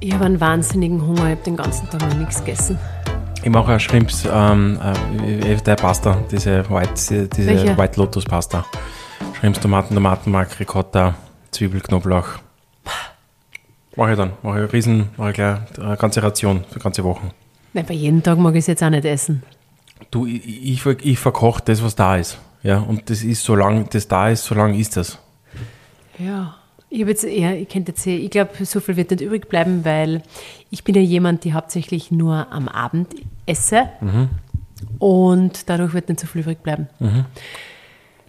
Ich habe einen wahnsinnigen Hunger, ich habe den ganzen Tag noch nichts gegessen. Ich mache auch Shrimps, ähm, äh, äh, der Pasta, diese White, diese Welche? White Lotus Pasta. Shrimps, Tomaten, Tomatenmark, Ricotta, Zwiebel, Knoblauch. Mache ich dann. Mache ich eine riesen, mache ich gleich eine ganze Ration für ganze Wochen. Nein, bei jedem Tag mag ich es jetzt auch nicht essen. Du, ich, ich, ver- ich verkoche das, was da ist. Ja, und das ist, solange das da ist, solange ist das. Ja. Ich habe jetzt eher, ich könnte jetzt eh- ich glaube, so viel wird nicht übrig bleiben, weil ich bin ja jemand, die hauptsächlich nur am Abend esse und dadurch wird nicht so viel übrig bleiben.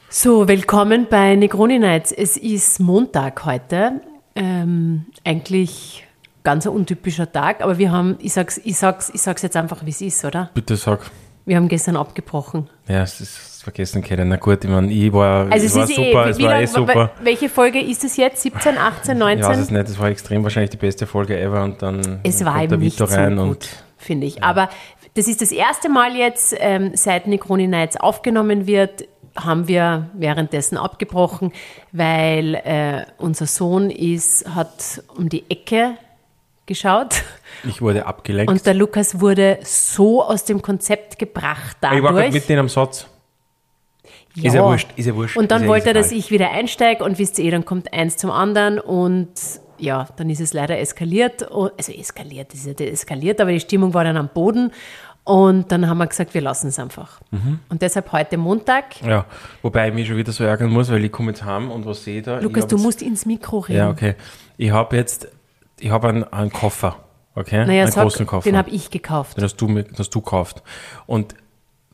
So, willkommen bei Negroni Nights. Es ist Montag heute. Ähm, eigentlich ganz ein untypischer Tag, aber wir haben, ich sag's, ich sag's, ich sag's jetzt einfach, wie es ist, oder? Bitte sag. Wir haben gestern abgebrochen. Ja, es ist es vergessen können. Na gut, ich meine, ich war, es war eh- super, es wie war eh lang- super. wa- Welche Folge ist es jetzt? 17, 18, 19? Ich weiß es nicht, es war extrem wahrscheinlich die beste Folge ever und dann Es war kommt eben nicht so gut, und finde ich. Aber das ist das erste Mal jetzt, ähm, seit Necroni Nights aufgenommen wird, haben wir währenddessen abgebrochen, weil äh, unser Sohn ist, hat um die Ecke geschaut ich wurde abgelenkt. und der Lukas wurde so aus dem Konzept gebracht dadurch. ich war gerade mitten in einem Satz. Ja. Ist ja wurscht, ist ja wurscht, Und ist dann ja- ist wollte er, egal. dass ich wieder einsteige und wisst ihr, eh, dann kommt eins zum anderen und ja, dann ist es leider eskaliert. Und- Also eskaliert, es ist ja nicht eskaliert, aber die Stimmung war dann am Boden und dann haben wir gesagt, wir lassen es einfach. Mhm. Und deshalb heute Montag. Ja, wobei ich mich schon wieder so ärgern muss, weil ich komme jetzt heim und was sehe ich da? Ich Lukas, hab du jetzt- musst ins Mikro reden. Ja, okay. Ich habe jetzt, ich habe einen, einen Koffer, okay? Naja, einen sag, großen Koffer. den habe ich gekauft. den hast du, mir- den hast du gekauft. Und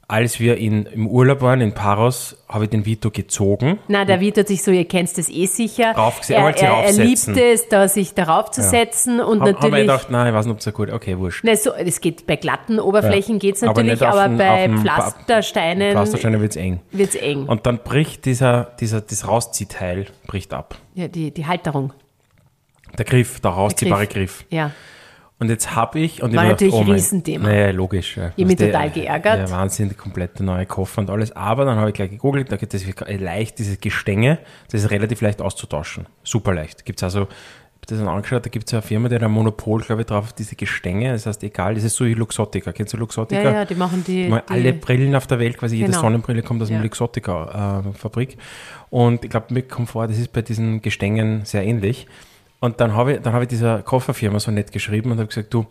als wir in, im Urlaub waren, in Paros, habe ich den Vito gezogen. Na, der Wirt hat sich so, ihr kennt das eh sicher. Raufges- er er, wollte sie er, er liebt raufsetzen. es, da sich darauf zu setzen und Hab- Haben wir natürlich. gedacht, nein, ich weiß nicht, ob es so gut Okay, wurscht. Nein, so, es geht bei glatten Oberflächen Ja. geht's Aber natürlich, nicht auf aber, den- auf bei den Pa- Pflastersteinen Pflastersteine wird es eng. wird's eng. Und dann bricht dieser, dieser, das Rausziehteil bricht ab. Ja, die, die Halterung. Der Griff, der rausziehbare Griff. Ja. Und jetzt habe ich. Und War ich hab oh natürlich ein mein- Riesenthema. Naja, logisch. Ja. Ich bin Weißt du, total geärgert. Ja, Wahnsinn, der komplette neue Koffer und alles. Aber dann habe ich gleich gegoogelt, da geht das ist leicht, dieses Gestänge, das ist relativ leicht auszutauschen. Super leicht. Gibt es also. Ich habe das dann angeschaut, da gibt es eine Firma, die hat ein Monopol, glaube ich, drauf auf diese Gestänge. Das heißt, egal, das ist so wie Luxottica. Kennst du Luxottica? Ja, ja, die machen die- Mal die- alle Brillen auf der Welt, quasi jede Genau. Sonnenbrille kommt aus Ja. einer Luxottica-Fabrik. und ich glaube, mir kommt vor, das ist bei diesen Gestängen sehr ähnlich. Und dann habe ich, dann habe ich dieser Kofferfirma so nett geschrieben und habe gesagt, du,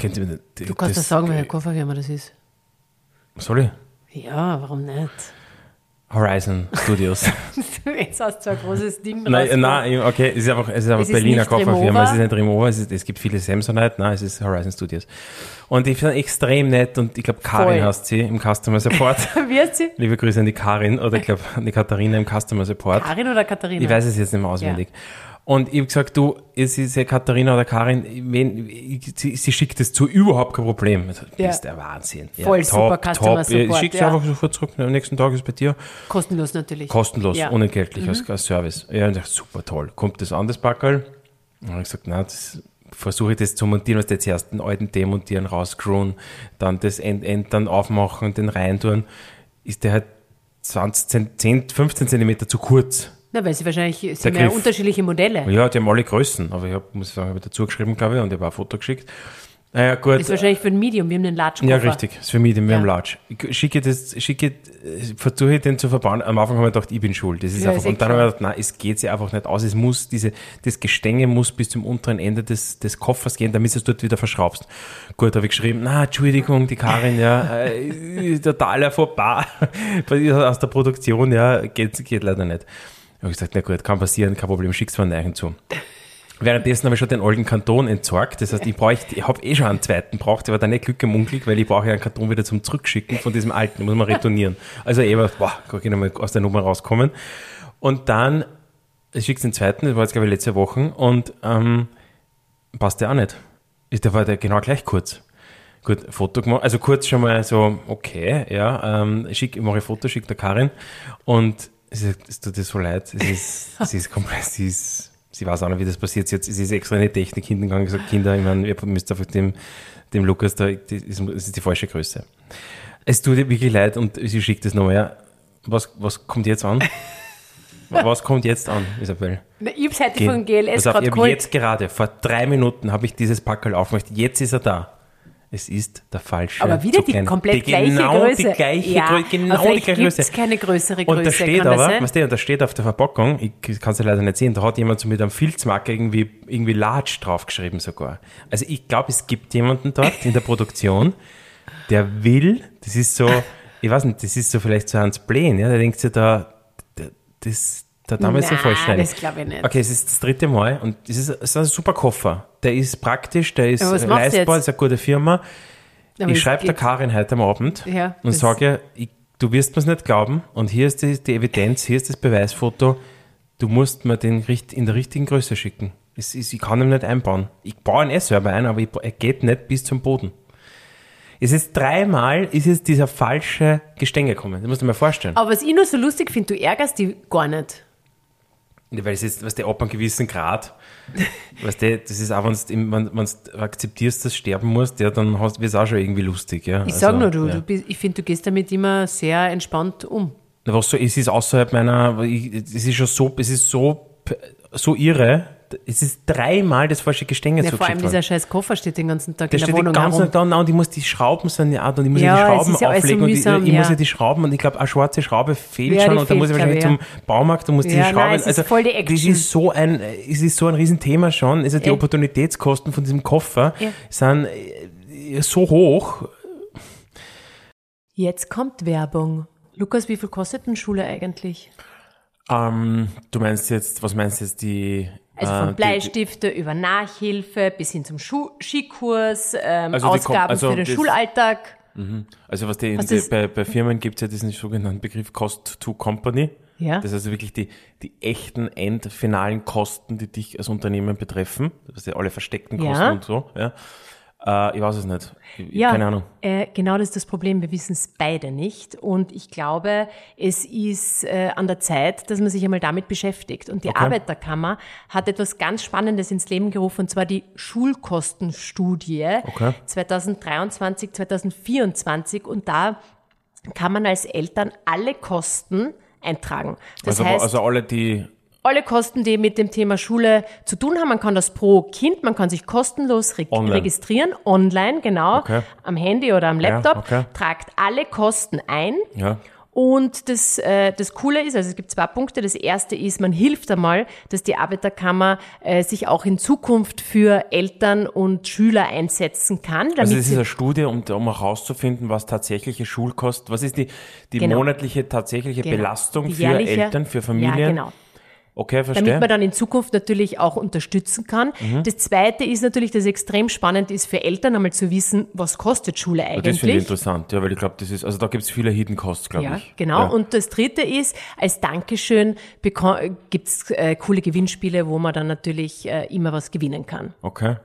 Können Sie mir das, Du kannst das, sagen, welche Kofferfirma das ist. Sorry, Ja, warum nicht? Horizon Studios. Jetzt hast du ein großes Ding nein, nein, okay, es ist einfach, es ist einfach Es ist Berliner nicht Kofferfirma, Remover. es ist nicht Remover, es, ist, es gibt viele Samsonite, nein, es ist Horizon Studios. Und ich finde extrem nett und ich glaube, Karin Voll. heißt sie im Customer Support. Wie heißt sie? Liebe Grüße an die Karin oder ich glaube an die Katharina im Customer Support. Karin oder Katharina? Ich weiß es jetzt nicht mehr auswendig. Und ich habe gesagt, du, es ist ja Katharina oder Karin, wen, ich, sie, sie schickt es zu, überhaupt kein Problem. Das Ja. ist der Wahnsinn. Ja, Voll super Customer Ich Support, schicke es ja. einfach sofort zurück, ne, am nächsten Tag ist es bei dir. Kostenlos natürlich. Kostenlos, Ja. Mhm. unentgeltlich als, als Service. Ja, und ich dachte, super toll. Kommt das an, das Packerl? Und habe ich gesagt, na, das versuche ich das zu montieren, was jetzt erst den alten demontieren, rausgruen, dann das End, End dann aufmachen, den reintun. Ist der halt 20, Zent- 10, 15 Zentimeter zu kurz. Na, weil sie wahrscheinlich es sind ja Griff. unterschiedliche Modelle. Ja, die haben alle Größen, aber ich hab, muss ich sagen, habe dazu geschrieben, glaube ich, und ich habe ein Foto geschickt. Naja, gut. Ist wahrscheinlich für ein Medium, wir haben den Large Koffer. ja, richtig. Ist für mich, den Ja. ja. Large. Ich schicke das, schicke, äh, versuche den zu verbauen. Am Anfang habe ich gedacht, ich bin schuld. Das ist Ja, einfach, ist eh und dann klar. habe ich gedacht, nein, es geht sich einfach nicht aus. Es muss diese, das Gestänge muss bis zum unteren Ende des, des Koffers gehen, damit du es dort wieder verschraubst. Gut, habe ich geschrieben, na, Entschuldigung, die Karin, ja, äh, ist totaler Fauxpas aus der Produktion, ja, geht, geht leider nicht. Habe ich gesagt, na gut, kann passieren, kein Problem, schickst du einen Eichen zu. Währenddessen habe ich schon den alten Kanton entsorgt. Das heißt, ich, bräuchte, ich habe eh schon einen zweiten braucht, aber dann nicht Glück im Unglück, weil ich brauche ja einen Kanton wieder zum Zurückschicken von diesem alten, muss man retournieren. Also eh, boah, kann ich nochmal aus der Nummer rauskommen. Und dann schickst den zweiten, das war jetzt glaube ich letzte Woche, und ähm, passt der auch nicht. Ist der war der genau gleich kurz. Gut, Foto gemacht, also kurz schon mal so, okay, ja, ähm, schick, ich mache ein Foto, schick der Karin und sie sagt, es tut dir so leid, es ist, sie ist komplett, sie ist, sie weiß auch nicht, wie das passiert, sie, hat, sie ist extra in die Technik hingegangen und gesagt, Kinder, ich meine, ihr müsst einfach dem, dem Lukas da, das ist, das ist die falsche Größe. Es tut ihr wirklich leid und sie schickt es nochmal, ja, was, was kommt jetzt an? Was kommt jetzt an, Isabel? Na, Ich hab's heute Geh. von GLS Pass auf, gerade ich habe geholt. jetzt gerade, vor drei Minuten habe ich dieses Packerl aufgemacht. Jetzt ist er da. Es ist der falsche. Aber wieder die Zuckerl. komplett die gleiche genau Größe. Die gleiche ja, Größe, aber genau die vielleicht gleiche Größe. gibt's keine größere Größe. Und da steht kann das aber, sein? weißt du, und da steht auf der Verpackung, ich kann es ja leider nicht sehen, da hat jemand so mit einem Filzmarker irgendwie, irgendwie Large draufgeschrieben sogar. Also ich glaube, es gibt jemanden dort in der Produktion, der will, das ist so, ich weiß nicht, das ist so vielleicht so Hans Blähen, ja, der denkt sich da, da- das, da damals so Nein, falsch rein. das glaube ich nicht. Okay, es ist das dritte Mal und es ist, es ist ein super Koffer. Der ist praktisch, der ist Aber was machst du leistbar, jetzt? ist eine gute Firma. Aber Ich es schreibe der geht- Karin heute am Abend Ja, und das- sage, ich, du wirst mir's nicht glauben und hier ist die, die Evidenz, hier ist das Beweisfoto, du musst mir den richt- in der richtigen Größe schicken. Es ist, ich kann ihn nicht einbauen. Ich baue einen S-Server ein, aber ich, er geht nicht bis zum Boden. Es ist dreimal, ist es dieser falsche Gestänge gekommen. Das musst du dir mal vorstellen. Aber was ich nur so lustig finde, du ärgerst die gar nicht. Weil es ist, was der ab einem gewissen Grad, weißt du, das ist auch, wenn's im- wenn du akzeptierst, dass du sterben musst, ja, dann wird es auch schon irgendwie lustig. Ja. Ich sag nur, du, Also, ja. du bist, ich finde, du gehst damit immer sehr entspannt um. Na, was so, es ist außerhalb meiner, ich- es ist schon so, es ist so, so irre. Es ist dreimal das falsche Gestänge Ja, vor allem zugeschickt dieser worden. scheiß Koffer steht den ganzen Tag Da in der halt. steht die Wohnung ganze herum. Zeit da und ich muss die Schrauben sind ja auch, und ich muss ja, Ja, die es Schrauben ist ja alles so auflegen und mühsam, ich, ich muss ja. ja die Schrauben und ich glaube, eine schwarze Schraube fehlt Ja, die schon und dann muss ich fehlt, wahrscheinlich glaub zum Baumarkt und muss die Ja, Schrauben. also nein, es ist voll die das Action. ist so ein, es ist so ein Riesenthema schon. Also die Ja. Opportunitätskosten von diesem Koffer Ja. sind äh, so hoch. Jetzt kommt Werbung. Lukas, wie viel kostet denn Schule eigentlich? Ähm, du meinst jetzt, was meinst jetzt die? Also äh, von die- die- Bleistifte über Nachhilfe bis hin zum Schu Skikurs, ähm, Also die kom- Ausgaben also für den das- Schulalltag. Also was die, Was die, ist- bei, bei Firmen gibt es ja diesen sogenannten Begriff Cost to Company. Ja. Das ist also wirklich die, die echten endfinalen Kosten, die dich als Unternehmen betreffen. Das sind ja alle versteckten Ja. Kosten und so. Ja. Äh, ich weiß es nicht. Ich, Ja, Keine Ahnung. Äh, genau das ist das Problem. Wir wissen es beide nicht. Und ich glaube, es ist äh, an der Zeit, dass man sich einmal damit beschäftigt. Und die Okay. Arbeiterkammer hat etwas ganz Spannendes ins Leben gerufen, und zwar die Schulkostenstudie Okay. 2023, 2024. Und da kann man als Eltern alle Kosten eintragen. Das Also, heißt, also alle, die alle Kosten, die mit dem Thema Schule zu tun haben. Man kann das pro Kind, man kann sich kostenlos reg Online. registrieren, online, genau, Okay. am Handy oder am Laptop, okay. tragt alle Kosten ein. ja, Und das, äh, das Coole ist, also es gibt zwei Punkte. Das erste ist, man hilft einmal, dass die Arbeiterkammer äh, sich auch in Zukunft für Eltern und Schüler einsetzen kann. Damit Also das ist sie, eine Studie, um, um auch herauszufinden, was tatsächliche Schulkosten, was ist die, die Genau. monatliche tatsächliche Genau. Belastung Die für jährliche- Eltern, für Familien. Ja, genau. Okay, damit verstehe. man dann in Zukunft natürlich auch unterstützen kann. Mhm. Das Zweite ist natürlich, dass es extrem spannend ist für Eltern einmal zu wissen, was kostet Schule das finde ich eigentlich. interessant, ja, weil ich glaube, das ist, also da gibt es viele Hidden Costs, glaube ja, ich. genau. Ja. Und das Dritte ist, als Dankeschön gibt es äh, coole Gewinnspiele, wo man dann natürlich äh, immer was gewinnen kann. okay.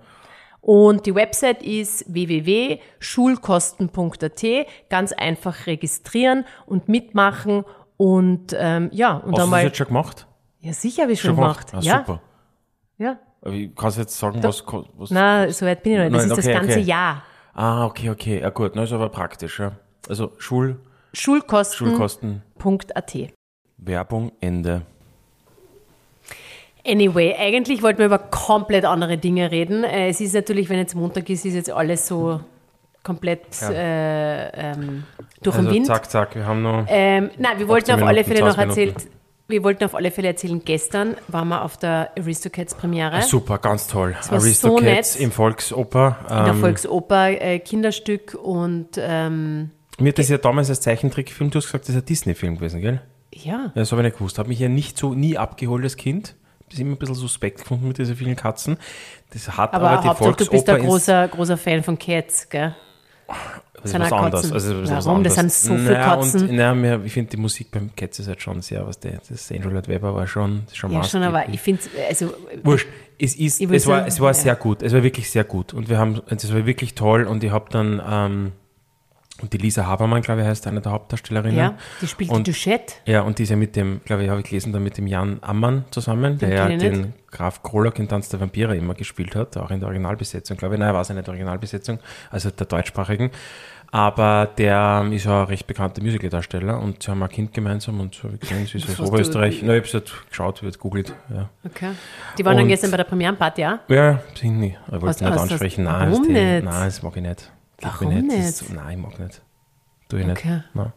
Und die Website ist www.schulkosten.at. Ganz einfach registrieren und mitmachen. Und ähm, ja, und Hast du dann das mal. jetzt schon gemacht? Ja, sicher habe ich schon Schon gemacht. Ah, ja, Super. ja. Aber ich kann jetzt sagen, was, ko- was. Na, soweit bin ich noch nicht. Das Nein, ist okay, das ganze okay. Jahr. Ah, okay, okay. Ja, gut. Na, ist aber praktisch, ja. Also Schul, Schulkosten.at. Schulkosten, Werbung, Ende. Anyway, eigentlich wollten wir über komplett andere Dinge reden. Äh, Es ist natürlich, wenn jetzt Montag ist, ist jetzt alles so komplett Ja. äh, ähm, durch also den Wind. zack, zack, wir haben noch. Ähm, nein, wir wollten 18 auf alle Minuten, Fälle noch 20 Minuten. erzählt, wir wollten auf alle Fälle erzählen, gestern waren wir auf der Aristocats Premiere Super, ganz toll. war so Aristocats nett. im Volksoper. in der Ähm, Volksoper, äh, Kinderstück und ähm, mir hat das ja damals als Zeichentrickfilm, du hast gesagt, das ist ein Disney-Film gewesen, gell? ja. Ja, das habe ich nicht gewusst. Habe mich ja nicht so nie abgeholt als Kind. Bin immer ein bisschen suspekt gefunden mit diesen vielen Katzen. Das hat Aber, aber, die Hauptsache, du Volksoper bist ein ins- großer, großer Fan von Cats, gell? Das ist sind was auch anderes. Katzen. Also das ist was Warum? Das anderes. sind so viele naja, Katzen. Und, naja, mir- ich finde die Musik beim Cats ist halt schon sehr, was der, das Angel Lloyd Webber war schon, ist schon Ja, schon, aber maßgeblich. ich finde, also äh, Wurscht. Es, ist, Ich würd es, war, sagen, es war ja. sehr gut. Es war wirklich sehr gut. Und wir haben, es war wirklich toll. Und ich habe dann ähm, Und die Lisa Habermann, glaube ich, heißt eine der Hauptdarstellerinnen. Ja, die spielt ne? und, die Duchette. Ja, und die ist ja mit dem, glaube ich, habe ich gelesen, dann mit dem Jan Ammann zusammen, der ja kenn ich den Graf Krolak in Tanz der Vampire immer gespielt hat, auch in der Originalbesetzung, glaube ich. Nein, war es ja nicht Originalbesetzung, also der deutschsprachigen. Aber der ist ja ein recht bekannter Musical-Darsteller und sie haben ein Kind gemeinsam und so habe ich gesehen, sie ist aus hast du- Oberösterreich. Na, ich habe es halt geschaut, wird googelt. Ja, Okay. Die waren dann Und- gestern bei der Premierenparty, ja? ja sind nicht. Ich Hast- wollte nicht hast- hast- ansprechen. Nein, warum das Thema- nicht? nein, das mag ich nicht. Gibt mir Warum Das ist nicht? so- nein, ich mag nicht. Tu ich nicht. Okay. Nein.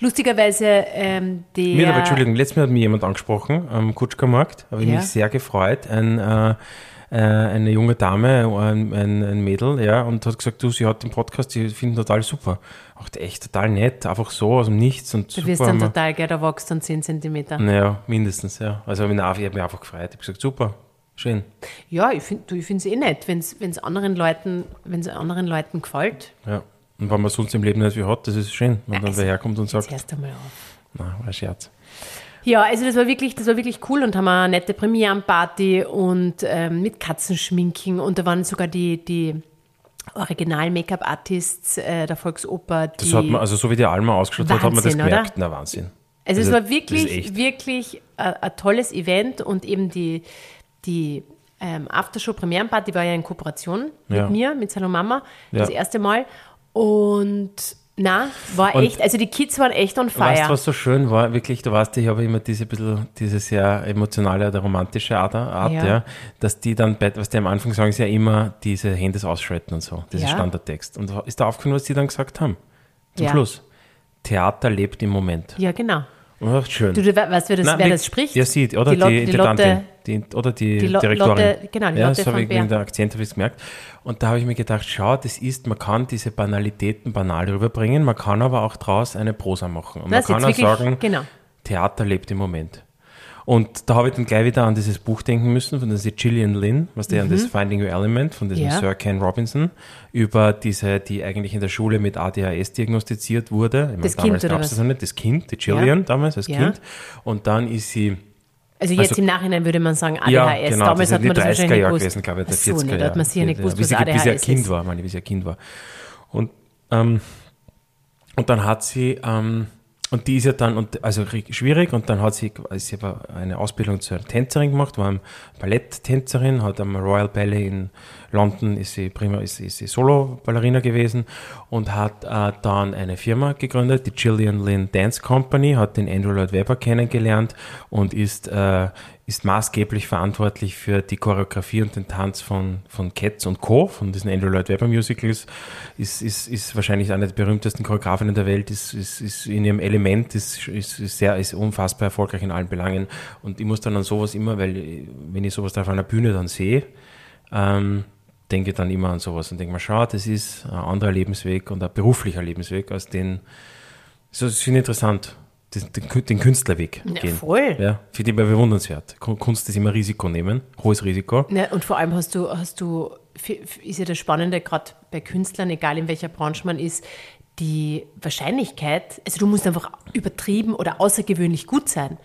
Lustigerweise, ähm, der. Mir hat aber, Entschuldigung, letztes Mal hat mir jemand angesprochen am Kutschkermarkt, habe ich Ja. mich sehr gefreut. Ein, äh, äh, eine junge Dame, ein, ein, ein Mädel, ja, und hat gesagt, du, sie hat den Podcast, sie finden total super. Auch echt total nett, einfach so aus dem Nichts und Du super. Mhm. wirst dann haben wir- total, gell, da wächst dann 10 Zentimeter. naja, mindestens, ja. Also hab ich nach- ich habe mich einfach gefreut. Ich habe gesagt, super, schön. Ja, ich finde es eh nett, wenn es anderen, Leuten- wenn's anderen Leuten gefällt. Ja. Und wenn man sonst im Leben nicht viel hat, das ist schön. Wenn dann also, wer herkommt und Das sagt, erst einmal auf. na, war ein Scherz. Ja, also das war wirklich, das war wirklich cool und haben eine nette Premierenparty und ähm, mit Katzenschminken und da waren sogar die, die Original-Make-up-Artists äh, der Volksoper. Die, Das hat man, also so wie die Alma ausgeschaut hat, hat man das Wahnsinn, oder? gemerkt. Na, Wahnsinn. Also es Also, war das ist wirklich, echt. wirklich ein, ein tolles Event und eben die, die ähm, Aftershow-Premierenparty war ja in Kooperation Ja. mit mir, mit seiner Mama, das Ja. erste Mal. Und na, war Und- echt, also die Kids waren echt on fire. Weißt du, was so schön war? Wirklich, du weißt, ich habe immer diese bisschen, diese sehr emotionale oder romantische Art, äh, Art Ja. ja. dass die dann, bei, was die am Anfang sagen, ist ja immer diese Hände ausschreiten und so. Das Ja. ist Standardtext. Und ist da aufgekommen, was die dann gesagt haben? Zum Ja. Schluss. Theater lebt im Moment. ja, genau. Und das ist schön. Du, du we- weißt, wer das, Nein, wer wie- das spricht? Ja, sie, oder Die die, Lotte- die Intendantin. Lotte- Die oder die, die Lo- Direktorin. Lotte- genau, die ja, Lotte das habe von ich wegen Bär. der Akzent habe ich gemerkt. Und da habe ich mir gedacht, schau, das ist, man kann diese Banalitäten banal rüberbringen, man kann aber auch draus eine Prosa machen. Und Das ist man kann auch jetzt wirklich- sagen, genau. Theater lebt im Moment. Und da habe ich dann gleich wieder an dieses Buch denken müssen, von der Gillian Lynn, was der an das Finding Your Element von diesem Mhm. Ja. Sir Ken Robinson, über diese, die eigentlich in der Schule mit ADHS diagnostiziert wurde. Ich Das meine, damals Kind oder gab's was? das noch nicht, das Kind, die Gillian Ja. damals als Ja. Kind. Und dann ist sie Also jetzt Also- im Nachhinein würde man sagen ADHS. ja, genau, das Damals hat man halt das ist in den wahrscheinlich 30er nicht Jahren gewusst. gewesen, glaube ich, Ach der so, 40er nicht, da hat man sicher Jahre. nicht gewusst, wie was sie, wie ADHS sie ein Kind ist. war, meine, wie sie ein Kind war. Und, ähm, und dann hat sie, ähm, und die ist ja dann, und, also ri- schwierig, und dann hat sie, sie aber eine Ausbildung zur Tänzerin gemacht, war eine Balletttänzerin, hat am Royal Ballet in London, ist sie prima, ist, ist sie Solo-Ballerina gewesen und hat äh, dann eine Firma gegründet, die Gillian Lynn Dance Company, hat den Andrew Lloyd Webber kennengelernt und ist, äh, ist maßgeblich verantwortlich für die Choreografie und den Tanz von, von Cats und Co., von diesen Andrew Lloyd Webber Musicals, ist, ist, ist wahrscheinlich eine der berühmtesten Choreografinnen der Welt, ist, ist, ist in ihrem Element, ist, ist, ist sehr, ist unfassbar erfolgreich in allen Belangen. Und ich muss dann an sowas immer, weil äh, wenn ich sowas da auf einer Bühne dann sehe, ähm, denke dann immer an sowas und denke mir, schau, das ist ein anderer Lebensweg und ein beruflicher Lebensweg als den, so, das finde ich interessant, den, den Kü- den Künstlerweg Ja, gehen. voll. Ja, finde ich aber bewundernswert. Kun- Kunst ist immer Risiko nehmen, hohes Risiko. Ne, und vor allem hast du, hast du, f- f- ist ja das Spannende, gerade bei Künstlern, egal in welcher Branche man ist, die Wahrscheinlichkeit, also du musst einfach übertrieben oder außergewöhnlich gut sein.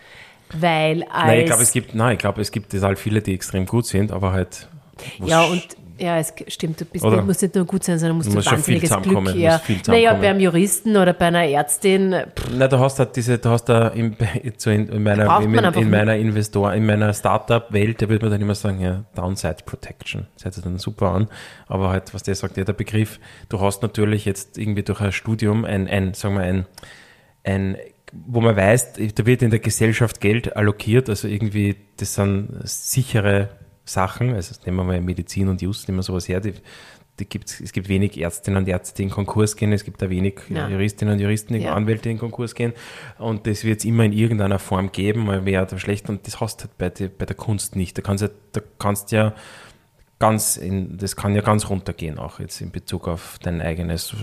Weil als. Nein, ich glaube, es gibt, nein, ich glaube, es gibt halt viele, die extrem gut sind, aber halt, wo's- ja, und ja, es k- stimmt, du bist, Oder? musst nicht nur gut sein, sondern musst du musst schon viel wahnsinniges zusammenkommen, Glück ja. musst viel Naja, zusammenkommen. beim Juristen oder bei einer Ärztin, pff, Na, da hast du halt diese, da hast du in, so in, in meiner, Braucht man in, einfach in nicht. meiner Investor, in meiner Startup-Welt, da würde man dann immer sagen, ja, Downside Protection. Das hört sich dann super an. Aber halt, was der sagt, ja, der Begriff, du hast natürlich jetzt irgendwie durch ein Studium ein, ein, sagen wir, ein, ein, wo man weiß, da wird in der Gesellschaft Geld allokiert, also irgendwie, das sind sichere Sachen, also nehmen wir mal Medizin und Just, nehmen wir sowas her, die, die gibt's, es gibt wenig Ärztinnen und Ärzte, die in Konkurs gehen, es gibt da wenig Ja. Juristinnen und Juristen, die Ja. Anwälte in Konkurs gehen und das wird es immer in irgendeiner Form geben, mal mehr oder schlechter und das hast du halt bei, die, bei der Kunst nicht, da kannst du halt, da kannst du ja ganz in, das kann ja ganz runtergehen auch jetzt in Bezug auf dein eigenes, du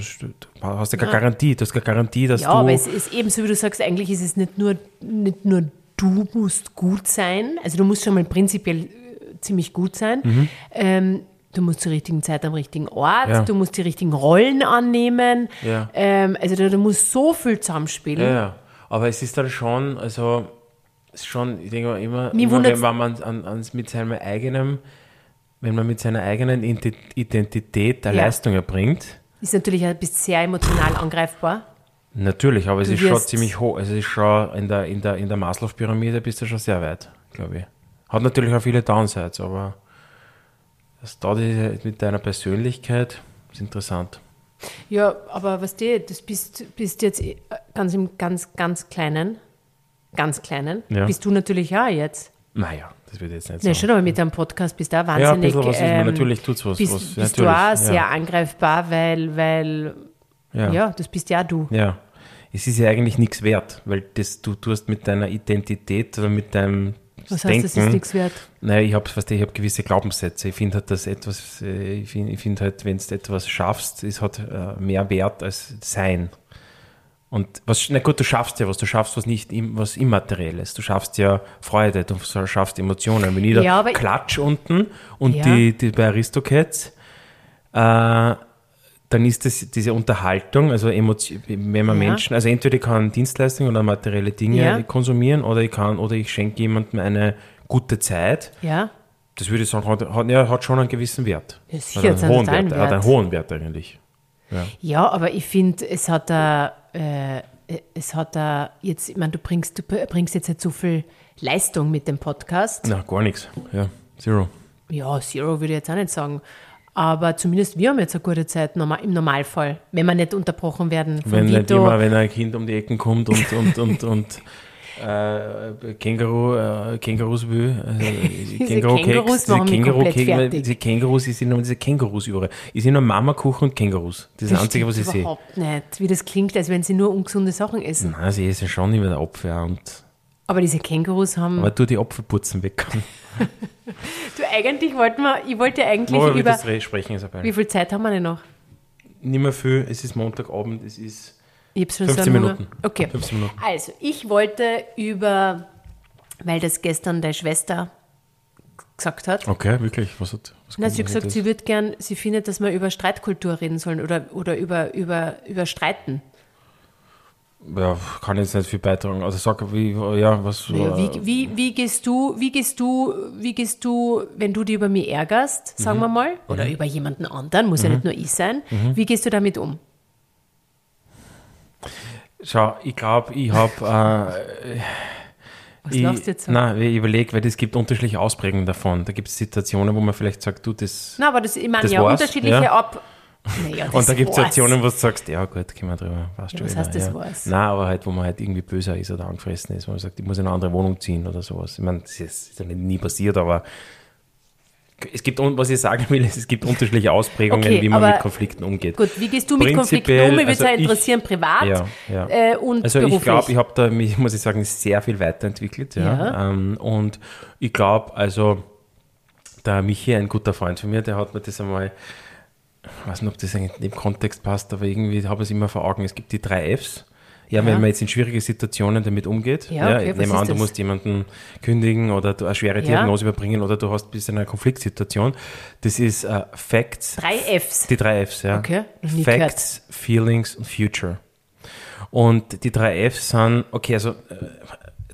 hast ja keine Garantie, du hast keine Garantie, dass ja, du... aber es ist ebenso, wie du sagst, eigentlich ist es nicht nur, nicht nur du musst gut sein, also du musst schon mal prinzipiell äh, ziemlich gut sein. Ähm, du musst zur richtigen Zeit am richtigen Ort, Mhm. Ja. du musst die richtigen Rollen annehmen. Ja. Ähm, also da, da muss so viel zusammenspielen. Ja, ja. Aber es ist dann schon, also es ist schon, ich denke mal immer, Mich immer wenn wundert's- wenn man an, an, mit seinem eigenen, wenn man mit seiner eigenen Inte- Identität der Ja. Leistung erbringt, Ist natürlich ein bisschen sehr emotional angreifbar. Natürlich, aber es Du ist schon wirst- ziemlich hoch. Es ist schon in der, in der, in der Maslow-Pyramide bist du schon sehr weit, glaube ich. Hat natürlich auch viele Downsides, aber das da die, mit deiner Persönlichkeit ist interessant. Ja, aber was weißt du, das bist, bist jetzt eh- ganz im ganz, ganz kleinen, ganz kleinen, Ja. bist du natürlich auch jetzt. Naja, das wird jetzt nicht Ja, so. Ne, schon, aber mit deinem Podcast bist du auch Ja, ein wahnsinnig. bisschen was ist ähm, man. Natürlich tut's was. Bist, was bist natürlich. du auch ja. sehr angreifbar, weil, weil ja. das bist ja du. Ja, es ist ja eigentlich nichts wert, weil das du tust mit deiner Identität oder mit deinem Was heißt, Denken. das ist nichts wert? Naja, ich habe ich hab gewisse Glaubenssätze. Ich finde halt, dass etwas, äh, ich finde ich find halt, wenn du etwas schaffst, es hat äh, mehr Wert als Sein. Und was, na gut, du schaffst ja was, du schaffst was nicht, im- was Immaterielles. Du schaffst ja Freude, du schaffst Emotionen. Wenn ich da Ja, aber- Klatsch unten und Ja. die, die bei Aristocats, äh, dann ist das diese Unterhaltung, also Emotio wenn man Ja. Menschen, also entweder ich kann Dienstleistungen oder materielle Dinge Ja. konsumieren oder ich kann oder ich schenke jemandem eine gute Zeit. Ja, Das würde ich sagen, hat, hat, ja, hat schon einen gewissen Wert. Ja, sicher, also jetzt einen einen hohen Wert. totalen Er Hat einen Wert. hohen Wert eigentlich. ja aber ich finde, es hat da, äh, es hat da jetzt, ich meine, du bringst, du bringst jetzt nicht so viel Leistung mit dem Podcast. Na, gar nichts. Ja, zero. Ja, Zero würde ich jetzt auch nicht sagen. Aber zumindest wir haben jetzt eine gute Zeit norma- im Normalfall, wenn wir nicht unterbrochen werden von Wenn nicht Vito. immer, wenn ein Kind um die Ecken kommt und, und, und, und äh, Känguru, äh, Kängurus will, äh, Kängurus Känguru-Keks, diese machen mich komplett Känguru-Keks, weil fertig. diese Kängurus, ich sehe nur diese Kängurus überall. Ich sehe nur Mamakuchen und Kängurus. Das ist das Einzige, was ich stimmt sehe. überhaupt nicht, wie das klingt, als wenn sie nur ungesunde Sachen essen. Nein, sie essen schon immer der Apfel und, Aber diese Kängurus haben. aber tu die Apfelputzen weg. Du, eigentlich wollten wir, ich wollte eigentlich Worüber wir über. das re- sprechen, Isabel? Wie viel Zeit haben wir denn noch? Nicht mehr viel, es ist Montagabend, es ist Ich hab's schon 15 so einen Minuten. Hunger. Okay. 15 Minuten. Also, ich wollte über, weil das gestern deine Schwester gesagt hat. Okay, wirklich, was hat... Was Na, sie hat gesagt, sie würde gern, sie findet, dass wir über Streitkultur reden sollen oder, oder über, über, über Streiten. ja, kann jetzt nicht viel beitragen. Also sag, wie, ja, was... Naja, wie, wie, wie gehst du, wie gehst du, wie gehst du, wenn du dich über mich ärgerst, sagen Mhm. wir mal, oder über jemanden anderen, muss ja nicht nur ich sein, wie gehst du damit um? äh, Schau, ich glaube, ich habe. Was Äh, lachst ich du jetzt so? Na, nein, ich überlege, weil es gibt unterschiedliche Ausprägungen davon. Da gibt es Situationen, wo man vielleicht sagt, du, das. aber das, ich meine Das ja war's, unterschiedliche ja. Ab. Naja, das und da gibt es war's. Situationen, wo du sagst, ja gut, gehen wir drüber. Weißt Ja, du was wieder, heißt das ja. war's? Nein, aber halt, wo man halt irgendwie böser ist oder angefressen ist, wo man sagt, ich muss in eine andere Wohnung ziehen oder sowas. Ich meine, das ist, ist ja nicht- nie passiert, aber es gibt, un- was ich sagen will, ist, es gibt unterschiedliche Ausprägungen, Okay, wie man aber- mit Konflikten umgeht. Gut, wie gehst du mit Konflikten Prinzipiell, um? Mich würde es also auch ich- interessieren, privat Ja, ja. Äh, und Also beruflich. ich glaube, ich habe da, mich, muss ich sagen, sehr viel weiterentwickelt. Ja. Ja. Ähm, und ich glaube, also der Michi, ein guter Freund von mir, der hat mir das einmal, ich weiß nicht, ob das eigentlich im Kontext passt, aber irgendwie habe ich es immer vor Augen. Es gibt die drei Fs. Ja, wenn Ja. man jetzt in schwierige Situationen damit umgeht, Ja, okay, nehmen was wir ist an, du das? musst jemanden kündigen oder du eine schwere Diagnose überbringen oder du hast bist in einer Konfliktsituation. Das ist äh, Facts, Drei Fs. die drei Fs, ja. Okay, noch nie Facts, Feelings und Future. Und die drei Fs sind, okay, also äh,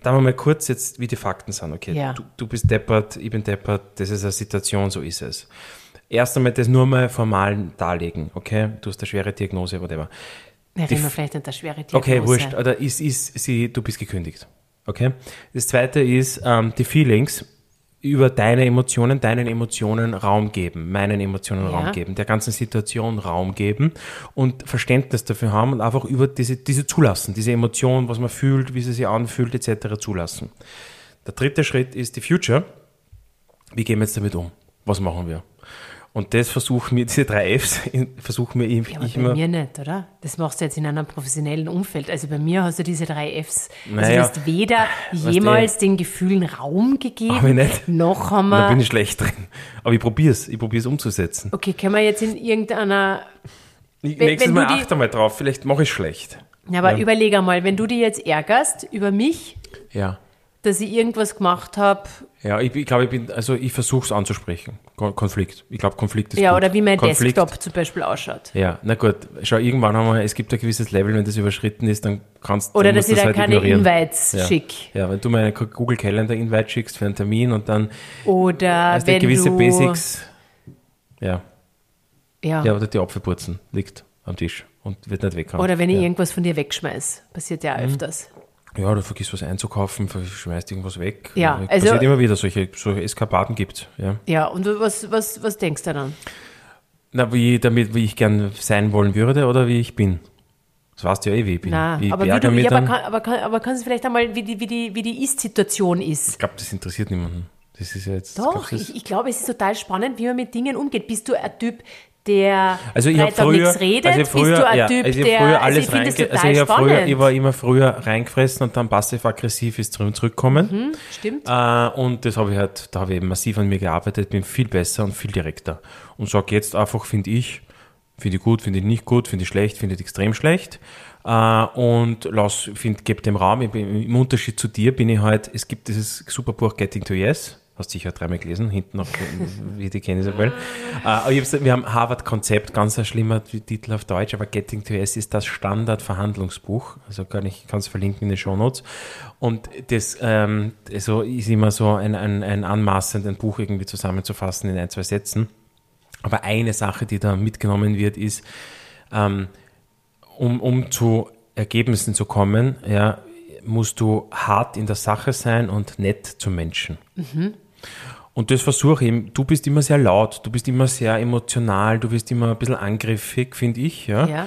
da wir mal kurz jetzt, wie die Fakten sind, okay. Ja. Du, du bist deppert, ich bin deppert, das ist eine Situation, so ist es. Erst einmal das nur mal formal darlegen, okay? Du hast eine schwere Diagnose, whatever. Na, die reden wir F- vielleicht nicht der schwere Diagnose. Okay, wurscht. Oder ist, ist sie, du bist gekündigt. Okay. Das zweite ist, ähm, die Feelings über deine Emotionen, deinen Emotionen Raum geben, meinen Emotionen Ja. Raum geben, der ganzen Situation Raum geben und Verständnis dafür haben und einfach über diese, diese zulassen, diese Emotion, was man fühlt, wie sie sich anfühlt, etc. zulassen. Der dritte Schritt ist die Future. Wie gehen wir jetzt damit um? Was machen wir? Und das versuchen wir, diese drei Fs, versuchen wir Ja, aber ich bei immer. mir nicht, oder? Das machst du jetzt in einem professionellen Umfeld. Also bei mir hast du diese drei Fs. Also Naja. du hast weder jemals den Gefühlen Raum Hab ich gegeben, nicht. noch haben Da bin wir... ich schlecht drin. Aber ich probiere es. Ich probiere es umzusetzen. Okay, können wir jetzt in irgendeiner... Ich, Wenn- nächstes wenn Mal du die- achte mal drauf. Vielleicht mache ich schlecht. Ja, aber Ja. überleg einmal, wenn du dich jetzt ärgerst über mich, Ja. dass ich irgendwas gemacht habe, Ja, ich, ich glaube, ich bin, also ich versuche es anzusprechen. Kon Konflikt. Ich glaube, Konflikt ist ja, gut. oder wie mein Konflikt. Desktop zum Beispiel ausschaut. Ja, na gut. Schau, irgendwann haben wir, es gibt ein gewisses Level, wenn das überschritten ist, dann kannst Oder dann dass musst du's ich dann halt keine ignorieren. Invites ja. schick. Ja, wenn du mir einen Google Calendar Invite schickst für einen Termin und dann Oder hast du wenn also gewisse du... Basics. Ja, Ja. ja, oder die Apfelpurzen liegt. am Tisch und wird nicht weggehauen. Oder wenn ich ja. Mhm. irgendwas von dir wegschmeiß, passiert ja auch öfters. ja, du vergisst was einzukaufen, schmeißt irgendwas weg. Ja, Äh, also- Passiert immer wieder, solche, solche Eskapaden gibt ja. Ja, und was, was, was denkst du dann? Na, wie, damit, wie ich gern sein wollen würde oder wie ich bin. Das weißt du ja eh, wie ich bin. Na, wie ich aber, wie ärgere du, mich ja, aber, dann. kann, aber, kann, aber kannst du vielleicht einmal, wie die, wie die, wie die Ist-Situation ist? Ich glaube, das interessiert niemanden. Das ist ja jetzt. Doch, glaub, das- ich, ich glaube, es ist total spannend, wie man mit Dingen umgeht. Bist du ein Typ, der Also ich drei habe Tage früher, nichts redet? also ich hab früher, Bist du ein ja, Typ, also ich der hab früher alles also ich finde es reinge- total also ich hab früher, spannend. ich war immer früher reingefressen und dann passiv-aggressiv ist drin zurückkommen. Mhm. Stimmt. Äh, und das habe ich halt, da habe ich eben massiv an mir gearbeitet, bin viel besser und viel direkter. Und sage jetzt einfach, finde ich, finde ich gut, finde ich nicht gut, finde ich schlecht, finde ich extrem schlecht. Äh, und lass, find, gebe dem Raum, ich bin, im Unterschied zu dir bin ich halt, es gibt dieses super Buch Getting to Yes. Hast sicher dreimal gelesen, hinten noch, wie die kennen Isabel. Äh, aber ich hab's- wir haben Harvard-Konzept, ganz ein schlimmer Titel auf Deutsch, aber Getting to Yes ist das Standard-Verhandlungsbuch. Also kann ich kann's verlinken in den Shownotes. Und das ähm, so ist immer so ein, ein, ein anmaßend, ein Buch irgendwie zusammenzufassen in ein, zwei Sätzen. Aber eine Sache, die da mitgenommen wird, ist, ähm, um, um zu Ergebnissen zu kommen, ja, musst du hart in der Sache sein und nett zu Menschen. Und das versuche ich. eben. Du bist immer sehr laut, du bist immer sehr emotional, du bist immer ein bisschen angriffig, finde ich. Ja. ja.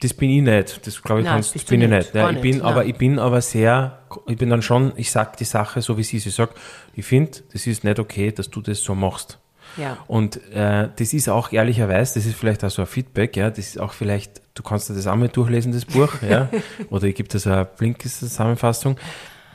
Das bin ich nicht. Das glaube ich, Nein, kannst, das das bist du bin ich nicht. nicht. Ja, Gar ich bin, nicht, aber, nein. ich bin aber sehr, ich bin dann schon, ich sage die Sache so, wie sie ist. Ich sage, ich finde, das ist nicht okay, dass du das so machst. Ja. Und äh, das ist auch ehrlicherweise, das ist vielleicht auch so ein Feedback, ja, das ist auch vielleicht, du kannst dir das auch mal durchlesen, das Buch, ja, oder ich gebe das eine Blinkist-Zusammenfassung.